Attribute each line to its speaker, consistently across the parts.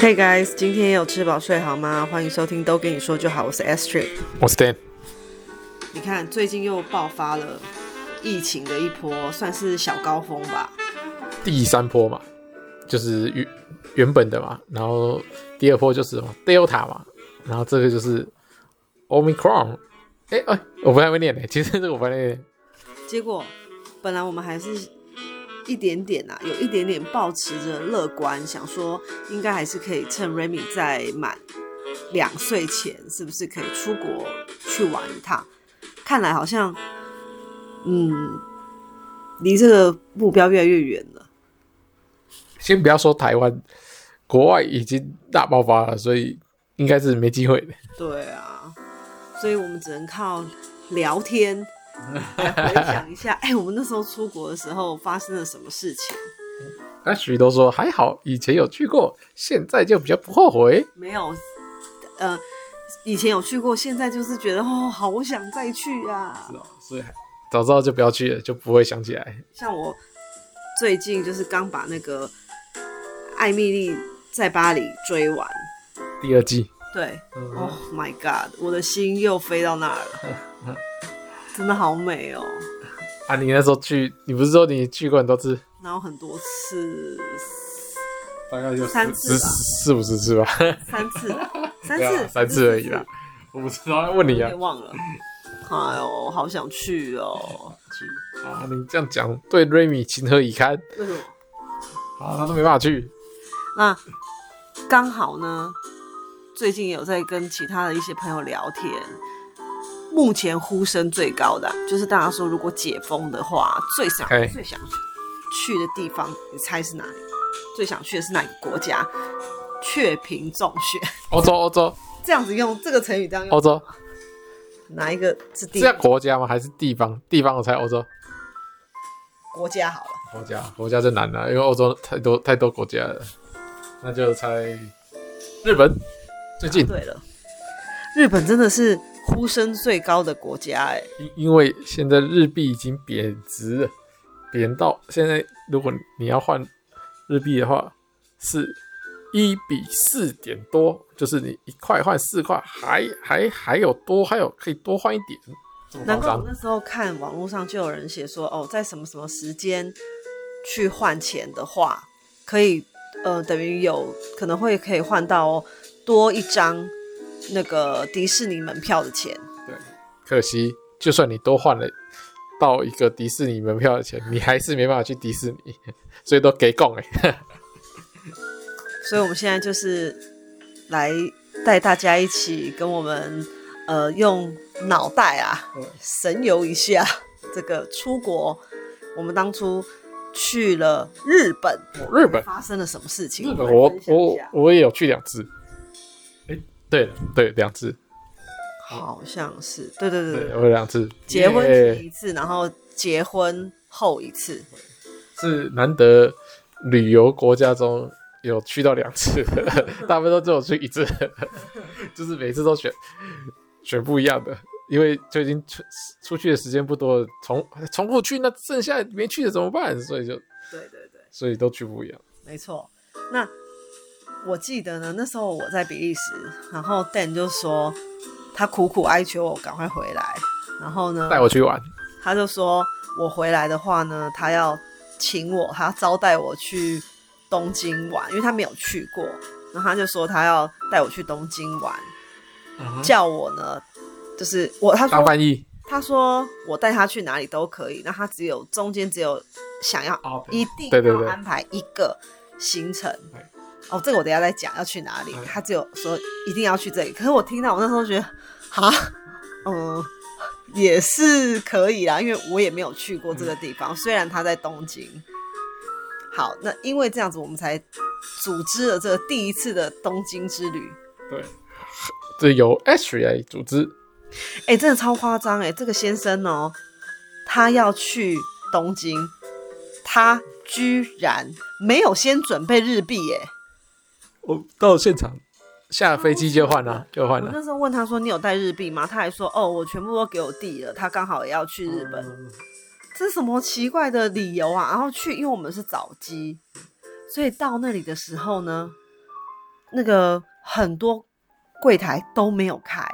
Speaker 1: Hey guys，今天有吃饱睡好吗？欢迎收听都跟你说就好，我是 S Trip。
Speaker 2: 我是 Dan，
Speaker 1: 你看，最近又爆发了疫情的一波，算是小高峰吧。
Speaker 2: 第三波嘛，就是原原本的嘛，然后第二波就是什么 Delta 嘛，然后这个就是 Omicron。哎哎，我不太会念的，其实这个我不太会念。
Speaker 1: 结果本来我们还是一点点啊，有一点点抱持着乐观，想说应该还是可以趁 Remy 在满两岁前，是不是可以出国去玩一趟？看来好像，嗯，离这个目标越来越远了。
Speaker 2: 先不要说台湾，国外已经大爆发了，所以应该是没机会的。
Speaker 1: 对啊，所以我们只能靠聊天来回想一下，哎、我们那时候出国的时候发生了什么事情？
Speaker 2: 那许都说还好，以前有去过，现在就比较不后悔。
Speaker 1: 没有，呃，以前有去过，现在就是觉得哦，好想再去啊。
Speaker 2: 哦，所以早知道就不要去了，就不会想起来。
Speaker 1: 像我最近就是刚把那个《艾米丽在巴黎》追完，
Speaker 2: 第二季，
Speaker 1: 对、o h my God，我的心又飞到那儿了，真的好美哦。
Speaker 2: 啊，你那时候去，你不是说你去过很多次？
Speaker 1: 然后很多次，
Speaker 2: 大概就
Speaker 1: 三次吧
Speaker 2: 四五十次吧。
Speaker 1: 三 次吧，三
Speaker 2: 对啊
Speaker 1: 次，
Speaker 2: 三次而已啦
Speaker 1: 四。
Speaker 2: 我不知道，问你
Speaker 1: 有
Speaker 2: 啊
Speaker 1: 点。忘了。哎呦，好想去哦！
Speaker 2: 啊，你这样讲对瑞米情何以堪
Speaker 1: 为什么？
Speaker 2: 啊？他都没办法去。
Speaker 1: 那刚好呢，最近有在跟其他的一些朋友聊天，目前呼声最高的就是大家说，如果解封的话，最想、
Speaker 2: 哎
Speaker 1: 最想去的地方，你猜是哪里？最想去的是哪个国家？雀屏中选，
Speaker 2: 欧洲，欧洲，
Speaker 1: 这样子用这个成语这样用，
Speaker 2: 欧洲，
Speaker 1: 哪一个是
Speaker 2: 是
Speaker 1: 地
Speaker 2: 要国家吗？还是地方？地方我猜欧洲。
Speaker 1: 国家好了？
Speaker 2: 国家，国家真难啊了、因为欧洲太多太多国家了。那就猜日本，最近
Speaker 1: 对了，日本真的是呼声最高的国家哎、
Speaker 2: 因因为现在日币已经贬值了，贬到现在，如果你要换日币的话，是一比四点多，就是你一块换四块，还还还有多，还有可以多换一点，这么夸
Speaker 1: 难怪我
Speaker 2: 张？
Speaker 1: 那时候看网络上就有人写说，哦，在什么什么时间去换钱的话，可以呃等于有可能会可以换到哦多一张那个迪士尼门票的钱。
Speaker 2: 对，可惜，就算你多换了到一个迪士尼门票的钱，你还是没办法去迪士尼， 所以都给供哎、
Speaker 1: 所以我们现在就是来带大家一起跟我们呃用脑袋啊
Speaker 2: 嗯
Speaker 1: 神游一下这个出国。我们当初去了日本，
Speaker 2: 日本，
Speaker 1: 发生了什么事情？
Speaker 2: 哦日本
Speaker 1: 们来
Speaker 2: 我
Speaker 1: 分享一
Speaker 2: 我
Speaker 1: 下
Speaker 2: 我也有去啊两次，哎、对了对，两次。
Speaker 1: 好像是对对对对
Speaker 2: 对，我有两次
Speaker 1: 结婚前
Speaker 2: 耶
Speaker 1: 一次，然后结婚后一次，
Speaker 2: 是难得旅游国家中有去到两 次，大部分都只有去一 次，就是每次都选选不一样的，因为就已经出出去的时间不多了，重重复去那剩下没去的怎么办？所以就
Speaker 1: 对对对，
Speaker 2: 所以都去不一样。
Speaker 1: 没错。那我记得呢，那时候我在比利时，然后 Dan 就说他苦苦哀求我赶快回来，然后呢，
Speaker 2: 带我去玩，
Speaker 1: 他就说我回来的话呢，他要请我，他要招待我去东京玩，因为他没有去过，然后他就说他要带我去东京玩，叫我呢，就是我他说
Speaker 2: 当翻译
Speaker 1: 他说我带他去哪里都可以，那他只有中间只有想要
Speaker 2: 哦
Speaker 1: 一定
Speaker 2: 对对
Speaker 1: 要
Speaker 2: 对
Speaker 1: 安排一个行程
Speaker 2: 对。
Speaker 1: 哦，这个我等一下再讲要去哪里
Speaker 2: 嗯。
Speaker 1: 他只有说一定要去这里，可是我听到我那时候觉得，哈，嗯，也是可以啦，因为我也没有去过这个地
Speaker 2: 嗯
Speaker 1: 方，虽然他在东京。好，那因为这样子，我们才组织了这个第一次的东京之旅。
Speaker 2: 对，这由 H 来组织，
Speaker 1: 哎、真的超夸张哎！这个先生哦，他要去东京，他居然没有先准备日币耶！
Speaker 2: 我哦到现场下飞机就换了，就换
Speaker 1: 我
Speaker 2: 了。
Speaker 1: 那时候问他说：“你有带日币吗？”他还说：“哦，我全部都给我弟了，他刚好也要去日本。
Speaker 2: 嗯
Speaker 1: 这是什么奇怪的理由啊？然后去，因为我们是早机，所以到那里的时候呢，那个很多柜台都没有开，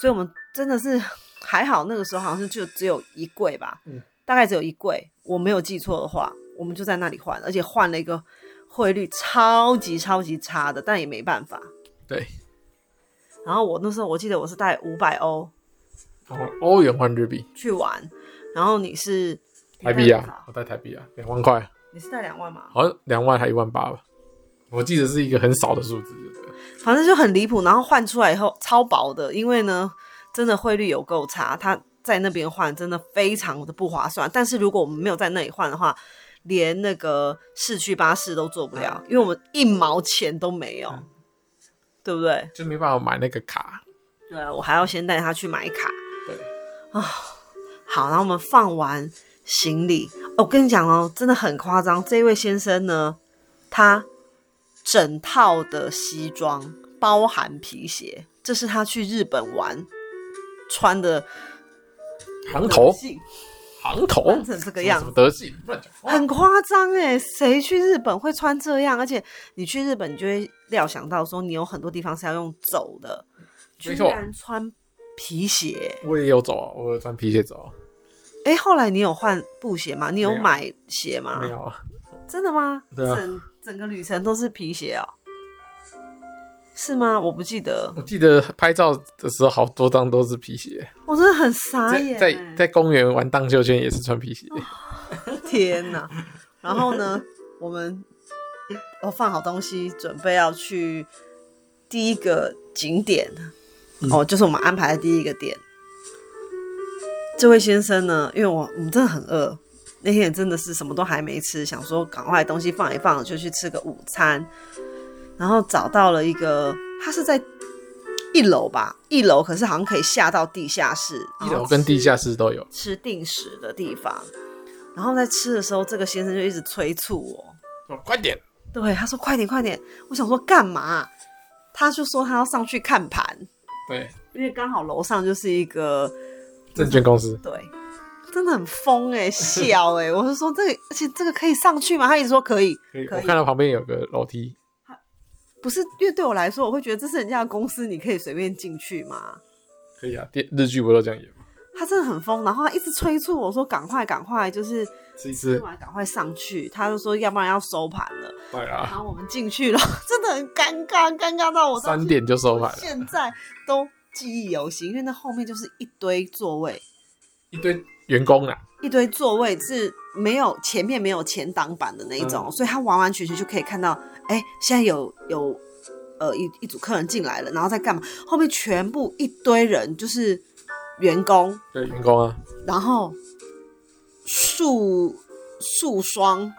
Speaker 1: 所以我们真的是还好，那个时候好像是就只有一柜吧，
Speaker 2: 嗯
Speaker 1: 大概只有一柜，我没有记错的话，我们就在那里换，而且换了一个汇率超级超级差的，但也没办法。
Speaker 2: 对，
Speaker 1: 然后我那时候我记得我是带五百欧
Speaker 2: 哦欧元换日币，
Speaker 1: 去玩，然后你是
Speaker 2: 台币
Speaker 1: 你带多
Speaker 2: 啊
Speaker 1: 少，
Speaker 2: 我带台币啊，两万块，
Speaker 1: 你是带两万吗？
Speaker 2: 好像两万还一万八吧，我记得是一个很少的数字。
Speaker 1: 反正就很离谱。然后换出来以后超薄的，因为呢，真的汇率有够差，他在那边换真的非常的不划算。但是如果我们没有在那里换的话，连那个市区巴士都坐不了，因为我们一毛钱都没有，对不对？
Speaker 2: 就没办法买那个卡。
Speaker 1: 对啊，我还要先带他去买卡。啊
Speaker 2: 对，
Speaker 1: 好，然后我们放完行李，哦我跟你讲哦，真的很夸张。这位先生呢，他整套的西装包含皮鞋，这是他去日本玩穿的
Speaker 2: 行头
Speaker 1: 德，性
Speaker 2: 行头
Speaker 1: 穿成这个样
Speaker 2: 什么
Speaker 1: 子，
Speaker 2: 德性？乱讲话。
Speaker 1: 很夸张哎！谁去日本会穿这样？而且你去日本，你就会料想到说，你有很多地方是要用走的，居
Speaker 2: 没错
Speaker 1: 然穿皮鞋。
Speaker 2: 我也有走啊，我有穿皮鞋走
Speaker 1: 哎、后来你有换布鞋吗？你有
Speaker 2: 没有
Speaker 1: 买鞋
Speaker 2: 啊，
Speaker 1: 吗？
Speaker 2: 没有啊，
Speaker 1: 真的吗？
Speaker 2: 对啊
Speaker 1: 整整个旅程都是皮鞋哦、是吗？我不记得，
Speaker 2: 我记得拍照的时候好多张都是皮鞋，
Speaker 1: 我真的很傻
Speaker 2: 在
Speaker 1: 眼、
Speaker 2: 在在公园玩荡秋千也是穿皮鞋，
Speaker 1: 天哪！然后呢，我们我放好东西，准备要去第一个景点、
Speaker 2: 嗯
Speaker 1: 哦，就是我们安排的第一个点。这位先生呢，因为我我们真的很饿，那天也真的是什么都还没吃，想说赶快东西放一放，就去吃个午餐。然后找到了一个，他是在一楼吧，一楼可是好像可以下到地下室，
Speaker 2: 一
Speaker 1: 然
Speaker 2: 楼
Speaker 1: 后
Speaker 2: 跟地下室都有。
Speaker 1: 吃定时的地方。然后在吃的时候，这个先生就一直催促我，
Speaker 2: 哦快点，
Speaker 1: 对他说：“快点，快点！”我想说干嘛？他就说他要上去看盘，
Speaker 2: 对，
Speaker 1: 因为刚好楼上就是一个
Speaker 2: 证券公司
Speaker 1: 对，真的很疯哎、笑哎、我就说这个，而且这个可以上去吗？他一直说可以，
Speaker 2: 可以，
Speaker 1: 可
Speaker 2: 我
Speaker 1: 以
Speaker 2: 看到旁边有个楼梯，
Speaker 1: 不是因为对我来说，我会觉得这是人家的公司，你可以随便进去吗？
Speaker 2: 可以啊，电日剧不都这样演吗？
Speaker 1: 他真的很疯，然后他一直催促我说：“赶快，赶快，就是
Speaker 2: 吃一
Speaker 1: 吃
Speaker 2: 吃，
Speaker 1: 完赶快上去。”他就说：“要不然要收盘了。”
Speaker 2: 对
Speaker 1: 然
Speaker 2: 啊，
Speaker 1: 后我们进去了， 真的很尴尬，尴尬到我到
Speaker 2: 三点就收盘了，
Speaker 1: 现在都记忆犹新，因为那后面就是一堆座位，
Speaker 2: 一堆员工啊，
Speaker 1: 一堆座位是没有前面没有前挡板的那一种，
Speaker 2: 嗯
Speaker 1: 所以他完完全全就可以看到，哎，现在有有呃一一组客人进来了，然后在干嘛？后面全部一堆人就是员工，
Speaker 2: 对员工啊，
Speaker 1: 然后束束双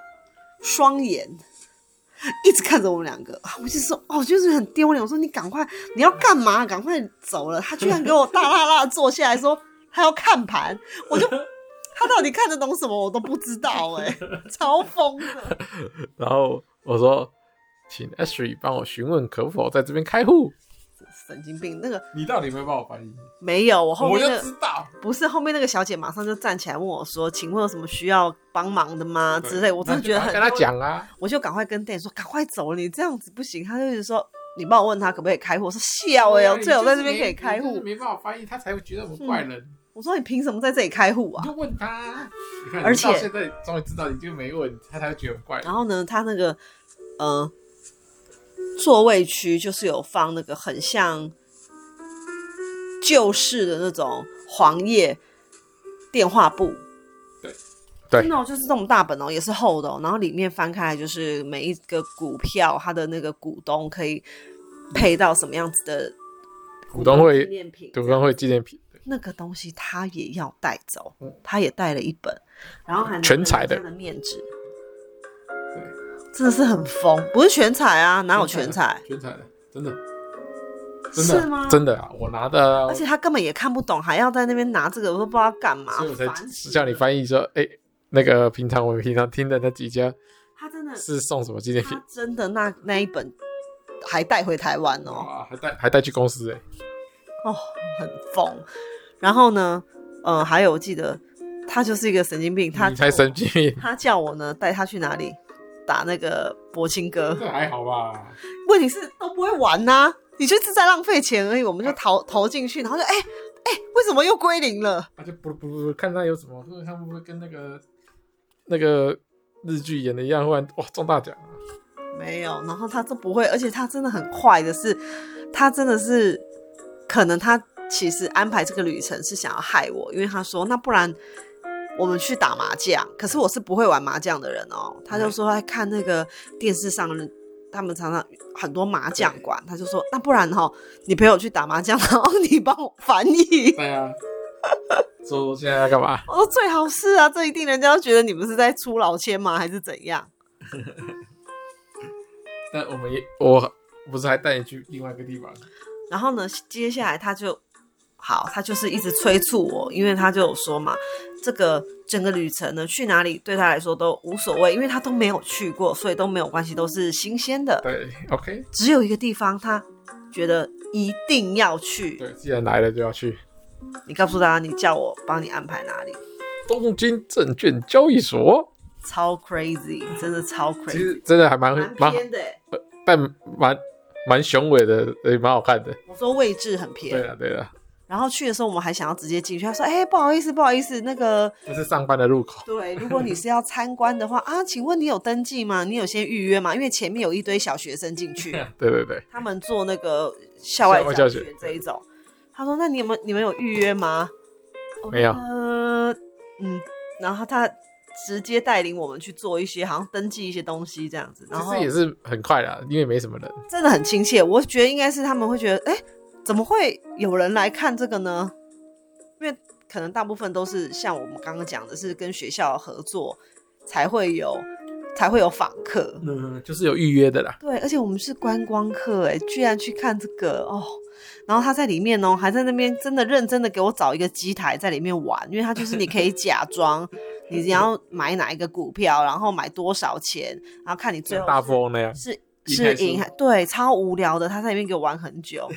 Speaker 1: 双眼，一直看着我们两个，啊我就说，哦，我就是很丢脸。我说你赶快，你要干嘛？赶快走了。他居然给我大大大地坐下来说他要看盘，我就他到底看得懂什么我都不知道 哎、超疯的。
Speaker 2: 然后我说，请 Ashley 帮我询问可否在这边开户，
Speaker 1: 神经病，那个
Speaker 2: 你到底有没有帮我翻译？
Speaker 1: 没有，我后面那个
Speaker 2: 道，
Speaker 1: 不是后面那个小姐马上就站起来问我说：“请问有什么需要帮忙的吗？”之类，我真的觉得很
Speaker 2: 跟他讲啊，
Speaker 1: 我就赶快跟店员说：“赶快走，你这样子不行。”他就一直说：“你帮我问他可不可以开户。”我说：“笑
Speaker 2: 啊
Speaker 1: 哎、欸，我最好在这边可以开户。嗯
Speaker 2: 没办法翻译，他才会觉得我们
Speaker 1: 怪
Speaker 2: 人。
Speaker 1: 我说：“你凭什么在这里开户啊
Speaker 2: 就问他，你看
Speaker 1: 而且
Speaker 2: 你到现在终于知道，你就没问，他才会觉得很？”怪
Speaker 1: 然后呢，他那个呃座位区就是有放那个很像旧式的那种黄页电话簿。
Speaker 2: 对对
Speaker 1: 真的哦、就是这么大本哦，也是厚的、哦，然后里面翻开来就是每一个股票它的那个股东可以配到什么样子的
Speaker 2: 股东会
Speaker 1: 纪念品，
Speaker 2: 读刚会纪念品，
Speaker 1: 那个东西他也要带走
Speaker 2: 嗯，
Speaker 1: 他也带了一本，然后还拿了
Speaker 2: 全彩的
Speaker 1: 人家的面纸，真的是很疯，不是全彩啊，哪有全彩？
Speaker 2: 全彩的，真的，真的
Speaker 1: 是吗？
Speaker 2: 真的啊，我拿的啊，
Speaker 1: 而且他根本也看不懂，还要在那边拿这个，我都不知道干嘛，
Speaker 2: 所以我才
Speaker 1: 烦死了
Speaker 2: 叫你。翻译说，哎、那个平常我们平常听的那几家
Speaker 1: 他真 的，
Speaker 2: 是送什么纪念品
Speaker 1: 他？真的那那一本还带回台湾哦。
Speaker 2: 哇，还带还带去公司哎、
Speaker 1: 哦，很疯。然后呢，呃，还有我记得他就是一个神经病，他
Speaker 2: 你才神经病，
Speaker 1: 他叫我呢带他去哪里？打那个博青哥，
Speaker 2: 这还好吧？
Speaker 1: 问题是都不会玩呐、你就是在浪费钱而已。我们就投投进去，然后就哎哎、为什么又归零了？
Speaker 2: 他就不不不看他有什么，看会不会跟那个那个日剧演的一样，忽然哇中大奖啊！
Speaker 1: 没有，然后他都不会，而且他真的很快的是，他真的是可能他其实安排这个旅程是想要害我，因为他说那不然我们去打麻将，可是我是不会玩麻将的人哦，他就说他看那个电视上他们常常很多麻将馆，他就说那不然哦，你陪我去打麻将， 然后你帮我翻译。
Speaker 2: 对啊，说现在要干嘛？
Speaker 1: 我说最好是啊，这一定人家觉得你们是在出老千吗，还是怎样？
Speaker 2: 但我们也我不是还带你去另外一个地方？
Speaker 1: 然后呢，接下来他就好，他就是一直催促我，因为他就有说嘛，这个整个旅程呢，去哪里对他来说都无所谓，因为他都没有去过，所以都没有关系，都是新鲜的。
Speaker 2: 对，OK，
Speaker 1: 只有一个地方，他觉得一定要去。
Speaker 2: 对，既然来了就要去
Speaker 1: 你告诉他，你叫我帮你安排哪里，
Speaker 2: 东京证券交易所，
Speaker 1: 超 crazy，真的超
Speaker 2: 其
Speaker 1: crazy，
Speaker 2: 实真的还蛮
Speaker 1: 蛮
Speaker 2: 蛮，
Speaker 1: 偏的欸。
Speaker 2: 但蛮蛮雄伟的，也蛮好看的。
Speaker 1: 我说位置很
Speaker 2: 对
Speaker 1: 偏，
Speaker 2: 啊，对啊，
Speaker 1: 然后去的时候我们还想要直接进去，他说：“哎、不好意思，不好意思，那个
Speaker 2: 这是上班的入口。
Speaker 1: 对，如果你是要参观的话啊，请问你有登记吗？你有先预约吗？因为前面有一堆小学生进去，
Speaker 2: 对对对，
Speaker 1: 他们做那个校外
Speaker 2: 校外
Speaker 1: 教
Speaker 2: 教
Speaker 1: 学
Speaker 2: 学
Speaker 1: 这一种。他说：“那你有没有你们有预约吗？”我
Speaker 2: 没有
Speaker 1: 呃，嗯，然后他直接带领我们去做一些，好像登记一些东西这样子，然
Speaker 2: 其
Speaker 1: 后
Speaker 2: 实也是很快啦，因为没什么人。
Speaker 1: 真的很亲切。我觉得应该是他们会觉得，哎、怎么会有人来看这个呢？因为可能大部分都是像我们刚刚讲的，是跟学校合作才会有才会有访客。
Speaker 2: 嗯，就是有预约的啦。
Speaker 1: 对，而且我们是观光客、哎，居然去看这个哦。然后他在里面哦，还在那边真的认真的给我找一个机台在里面玩，因为他就是你可以假装你要买哪一个股票，然后买多少钱，然后看你最后
Speaker 2: 像大富翁那样，
Speaker 1: 是
Speaker 2: 赢
Speaker 1: 是
Speaker 2: 还是
Speaker 1: 赢，
Speaker 2: 输
Speaker 1: 还对，超无聊的。他在里面给我玩很 久，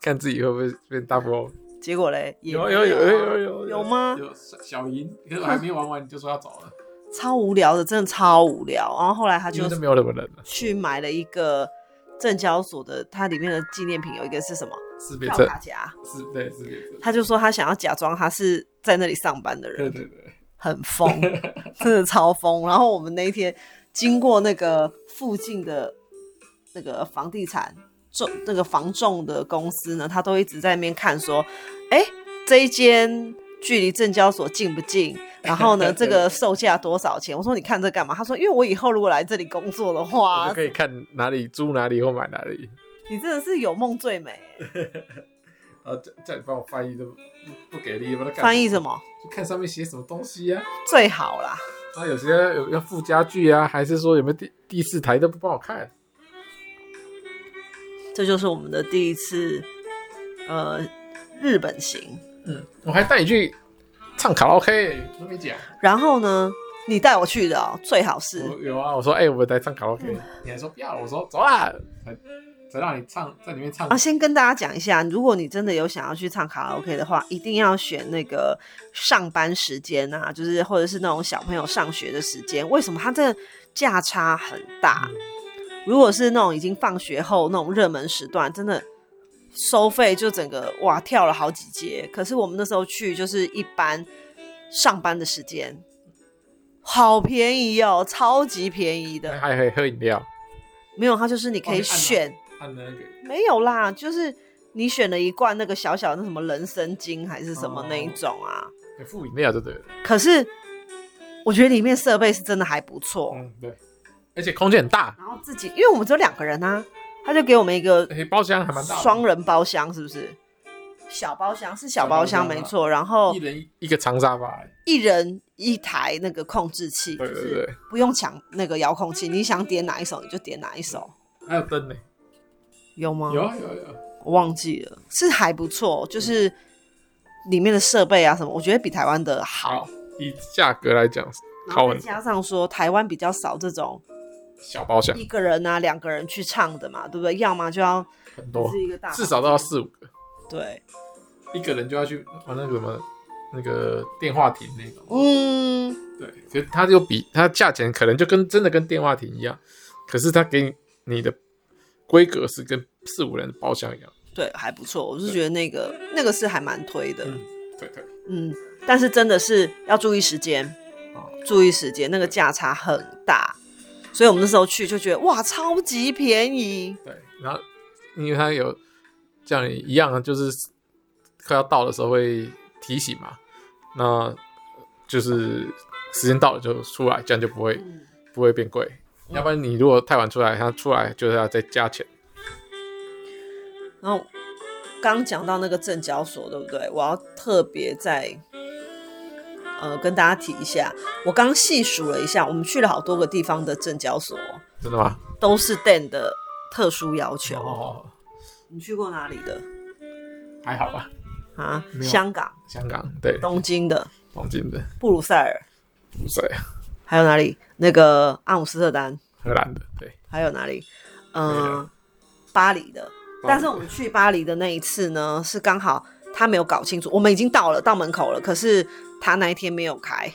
Speaker 2: 看自己会不会变大富翁。
Speaker 1: 结果嘞，也
Speaker 2: 有
Speaker 1: 没
Speaker 2: 有有
Speaker 1: 啊
Speaker 2: 有有
Speaker 1: 有吗
Speaker 2: 有小小赢，可是我还没玩完你就说要走 了，
Speaker 1: 超无聊的，真的超无聊。然后后来他
Speaker 2: 因
Speaker 1: 啊就
Speaker 2: 为都没有什么啊人了，
Speaker 1: 去买了一个证交所的，它里面的纪念品有一个是什么
Speaker 2: 识别
Speaker 1: 票
Speaker 2: 证
Speaker 1: 卡夹，
Speaker 2: 是对识别证，
Speaker 1: 他就说他想要假装他是在那里上班的
Speaker 2: 对
Speaker 1: 人，
Speaker 2: 对对，
Speaker 1: 很疯，真的超疯。然后我们那一天经过那个附近的那个房地产重那个房仲的公司呢，他都一直在那边看说，哎、这一间距离证交所近不近？然后 呢，这个售价多少钱？我说你看这干嘛？他说因为我以后如果来这里工作的
Speaker 2: 我
Speaker 1: 话
Speaker 2: 就，可以看哪里租哪里或买哪里。
Speaker 1: 你真的是有梦最美、
Speaker 2: 啊，叫叫你帮我翻译都不不给力，把它
Speaker 1: 翻译什？么
Speaker 2: 就看上面写什么东西呀、啊？
Speaker 1: 最好啦？
Speaker 2: 然后有些有要附家具啊，还是说有没有第第四台都不帮我看？
Speaker 1: 这就是我们的第一次，呃，日本行。
Speaker 2: 嗯，我还带你去唱卡拉 OK，都没讲。
Speaker 1: 然后呢，你带我去的、哦，最好是
Speaker 2: 我有啊，我说哎、我们来唱卡拉 OK，
Speaker 1: 嗯
Speaker 2: 你还说不要，我说走啊，才才让你唱在里面唱
Speaker 1: 啊，先跟大家讲一下，如果你真的有想要去唱卡拉 OK 的话，一定要选那个上班时间啊，就是或者是那种小朋友上学的时间。为什么它这个价差很大？如果是那种已经放学后那种热门时段，真的收费就整个哇跳了好几阶。可是我们那时候去就是一般上班的时间，好便宜哦，超级便宜的。
Speaker 2: 还可以喝饮料，
Speaker 1: 没有，它就是你可以
Speaker 2: 哦你按哪
Speaker 1: 选。
Speaker 2: 按那个
Speaker 1: 没有啦，就是你选了一罐那个小小的那什么人参精还是什么那一种啊。
Speaker 2: 有附饮料就对了。
Speaker 1: 可是我觉得里面设备是真的还不错，
Speaker 2: 嗯，对，而且空间很大，
Speaker 1: 然后自己因为我们只有两个人啊，他就给我们一个
Speaker 2: 而且包哎厢还蛮大的，
Speaker 1: 双人包厢，是不是？小包厢是小
Speaker 2: 小
Speaker 1: 包
Speaker 2: 包
Speaker 1: 厢
Speaker 2: 厢啊
Speaker 1: 没错，然后
Speaker 2: 一人一个长沙发、哎
Speaker 1: 一人一台那个控制器，
Speaker 2: 对
Speaker 1: 就
Speaker 2: 对
Speaker 1: 是
Speaker 2: 对
Speaker 1: 不用抢那个遥控器，你想点哪一首你就点哪一首，
Speaker 2: 还有灯呢、
Speaker 1: 有吗？
Speaker 2: 有啊有啊有啊，
Speaker 1: 我忘记了，是还不错，就是里面的设备啊什么，我觉得比台湾的好。，
Speaker 2: 以价格来讲，
Speaker 1: 然后
Speaker 2: 高
Speaker 1: 再
Speaker 2: 很
Speaker 1: 加上说，台湾比较少这种
Speaker 2: 小包厢
Speaker 1: 一个人啊、两个人去唱的嘛，对不对？要么就要
Speaker 2: 很多，
Speaker 1: 是一个大房间，
Speaker 2: 至少都要四五个，
Speaker 1: 对
Speaker 2: 一个人就要去玩那个什么那个电话亭那种。
Speaker 1: 嗯，
Speaker 2: 对，所以它就比它价钱可能就跟真的跟电话亭一样，可是它给你你的规格是跟四五人的包厢一样。
Speaker 1: 对，还不错。我是觉得那个那个是还蛮推的，
Speaker 2: 嗯对对，
Speaker 1: 嗯，但是真的是要注意时间
Speaker 2: 哦，
Speaker 1: 注意时间，那个价差很大。所以我们那时候去就觉得哇，超级便宜，
Speaker 2: 对，然后因为它有像你一样，就是快要到的时候会提醒嘛，那就是时间到了就出来，这样就不会
Speaker 1: 嗯
Speaker 2: 不会变贵。要不然你如果太晚出来，它出来就是要再加钱。
Speaker 1: 然后刚讲到那个证交所，对不对？我要特别再呃跟大家提一下，我刚细数了一下，我们去了好多个地方的证交所，
Speaker 2: 真的吗？
Speaker 1: 都是 Dan 的特殊要求。
Speaker 2: 哦，
Speaker 1: 你去过哪里的
Speaker 2: 还好吧。
Speaker 1: 啊？
Speaker 2: 没有
Speaker 1: 香港、
Speaker 2: 香港对，
Speaker 1: 东京的、
Speaker 2: 东京的，
Speaker 1: 布鲁塞尔，
Speaker 2: 不是
Speaker 1: 还有哪里？那个阿姆斯特丹，
Speaker 2: 荷兰的，对。
Speaker 1: 还有哪里？
Speaker 2: 没
Speaker 1: 嗯
Speaker 2: 了，
Speaker 1: 巴黎的。
Speaker 2: 巴黎
Speaker 1: 但是我们去巴黎的那一次呢，是刚好他没有搞清楚，我们已经到了，到门口了，可是他那一天没有开，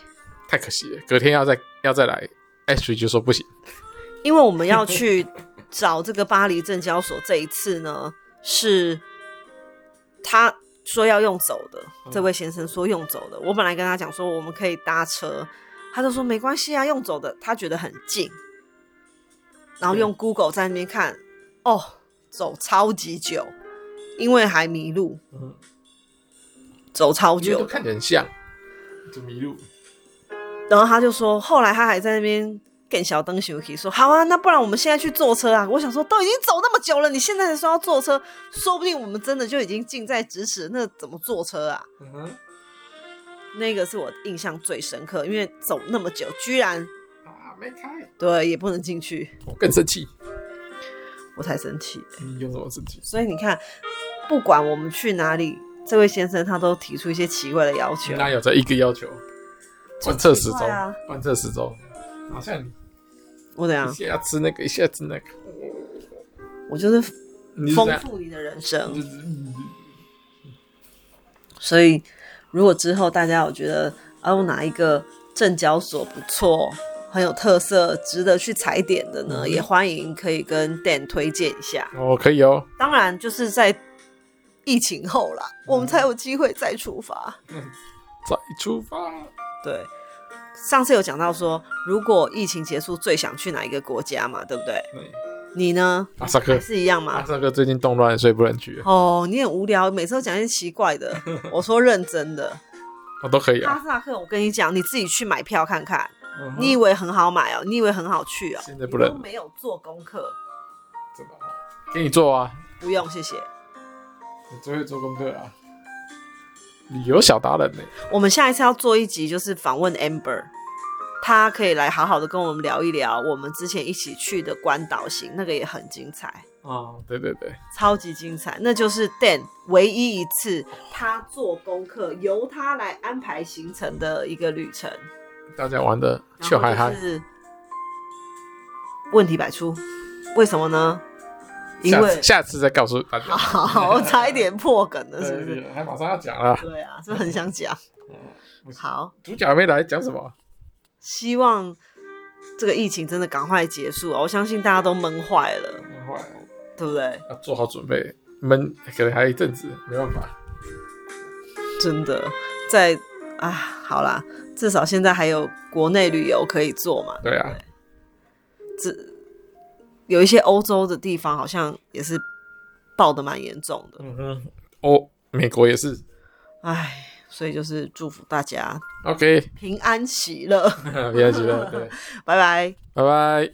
Speaker 2: 太可惜了，隔天要再要再来，H 就说不行，
Speaker 1: 因为我们要去找这个巴黎证交所。这一次呢，是他说要用走的，这位先生说用走的。我本来跟他讲说我们可以搭车，他就说没关系啊，用走的，他觉得很近。然后用 Google 在那边看，哦，走超级久，因为还迷路，
Speaker 2: 嗯
Speaker 1: 走超
Speaker 2: 我觉得
Speaker 1: 久
Speaker 2: 都。看起来很像，就迷路。
Speaker 1: 然后他就说，后来他还在那边跟小灯休息，说好啊，那不然我们现在去坐车啊。我想说，都已经走那么久了，你现在才说要坐车，说不定我们真的就已经近在咫尺，那怎么坐车啊？
Speaker 2: 嗯哼，
Speaker 1: 那个是我印象最深刻，因为走那么久，居然
Speaker 2: 啊，没开，
Speaker 1: 对也不能进去，
Speaker 2: 我更生气。
Speaker 1: 我才生气。
Speaker 2: 你有什么生气？
Speaker 1: 所以你看，不管我们去哪里，这位先生他都提出一些奇怪的要求。
Speaker 2: 那有这一个要求，观测时
Speaker 1: 就奇
Speaker 2: 钟
Speaker 1: 怪啊，
Speaker 2: 观测时钟，好像你
Speaker 1: 我怎
Speaker 2: 一
Speaker 1: 样？
Speaker 2: 下吃那个，一下吃那个，
Speaker 1: 我就是
Speaker 2: 你是这
Speaker 1: 丰
Speaker 2: 样，
Speaker 1: 富你的人生。
Speaker 2: 就是嗯
Speaker 1: 所以，如果之后大家有觉得啊，我哪一个证交所不错，很有特色，值得去踩点的呢，
Speaker 2: 嗯
Speaker 1: 也欢迎可以跟 Dan 推荐一下。
Speaker 2: 哦，可以哦，
Speaker 1: 当然，就是在疫情后
Speaker 2: 嗯
Speaker 1: 啦，我们才有机会再出发。
Speaker 2: 再出发。
Speaker 1: 对，上次有讲到说，如果疫情结束，最想去哪一个国家嘛，对不对？
Speaker 2: 对
Speaker 1: 你呢？
Speaker 2: 阿啊萨
Speaker 1: 还
Speaker 2: 克，
Speaker 1: 是一样嘛
Speaker 2: 阿？萨克最近动乱，所以不能去，
Speaker 1: 哦，你很无聊，每次都讲一些奇怪的。我说认真的，
Speaker 2: 那都可以啊
Speaker 1: 哈。萨克，我跟你讲，你自己去买票看看。
Speaker 2: 嗯哼
Speaker 1: 你以为很好买哦？你以为很好去哦？
Speaker 2: 现在不能
Speaker 1: 你都没有做功课，
Speaker 2: 怎么给你做啊？
Speaker 1: 不用谢谢。
Speaker 2: 你最会做功课啊，旅游小达人呢？
Speaker 1: 我们下一次要做一集，就是访问 Amber，她可以来好好的跟我们聊一聊我们之前一起去的关岛行，那个也很精彩，
Speaker 2: 啊，对对对，
Speaker 1: 超级精彩。那就是 Dan 唯一一次他做功课，由他来安排行程的一个旅程，
Speaker 2: 大家玩的
Speaker 1: 然
Speaker 2: 笑
Speaker 1: 后
Speaker 2: 嗨
Speaker 1: 就
Speaker 2: 嗨，
Speaker 1: 是问题百出，为什么呢？因
Speaker 2: 下
Speaker 1: 为
Speaker 2: 次下次再告诉大家。
Speaker 1: 好，差一点破梗了，是不是？
Speaker 2: 对，还马上要讲了，
Speaker 1: 对啊，是不是很想讲。好，
Speaker 2: 主角还没来，讲什么？
Speaker 1: 希望这个疫情真的赶快结束啊！我相信大家都闷坏了，
Speaker 2: 很坏哦
Speaker 1: 对不对？
Speaker 2: 要做好准备，闷可能还一阵子，没办法。
Speaker 1: 真的，在啊，好啦，至少现在还有国内旅游可以做嘛。
Speaker 2: 对啊，
Speaker 1: 这有一些欧洲的地方好像也是爆的蛮严重的，
Speaker 2: 嗯哼，哦，美国也是。
Speaker 1: 唉，所以就是祝福大家
Speaker 2: OK，
Speaker 1: 平安喜乐，
Speaker 2: 别急了，对，
Speaker 1: 拜拜。
Speaker 2: 拜拜。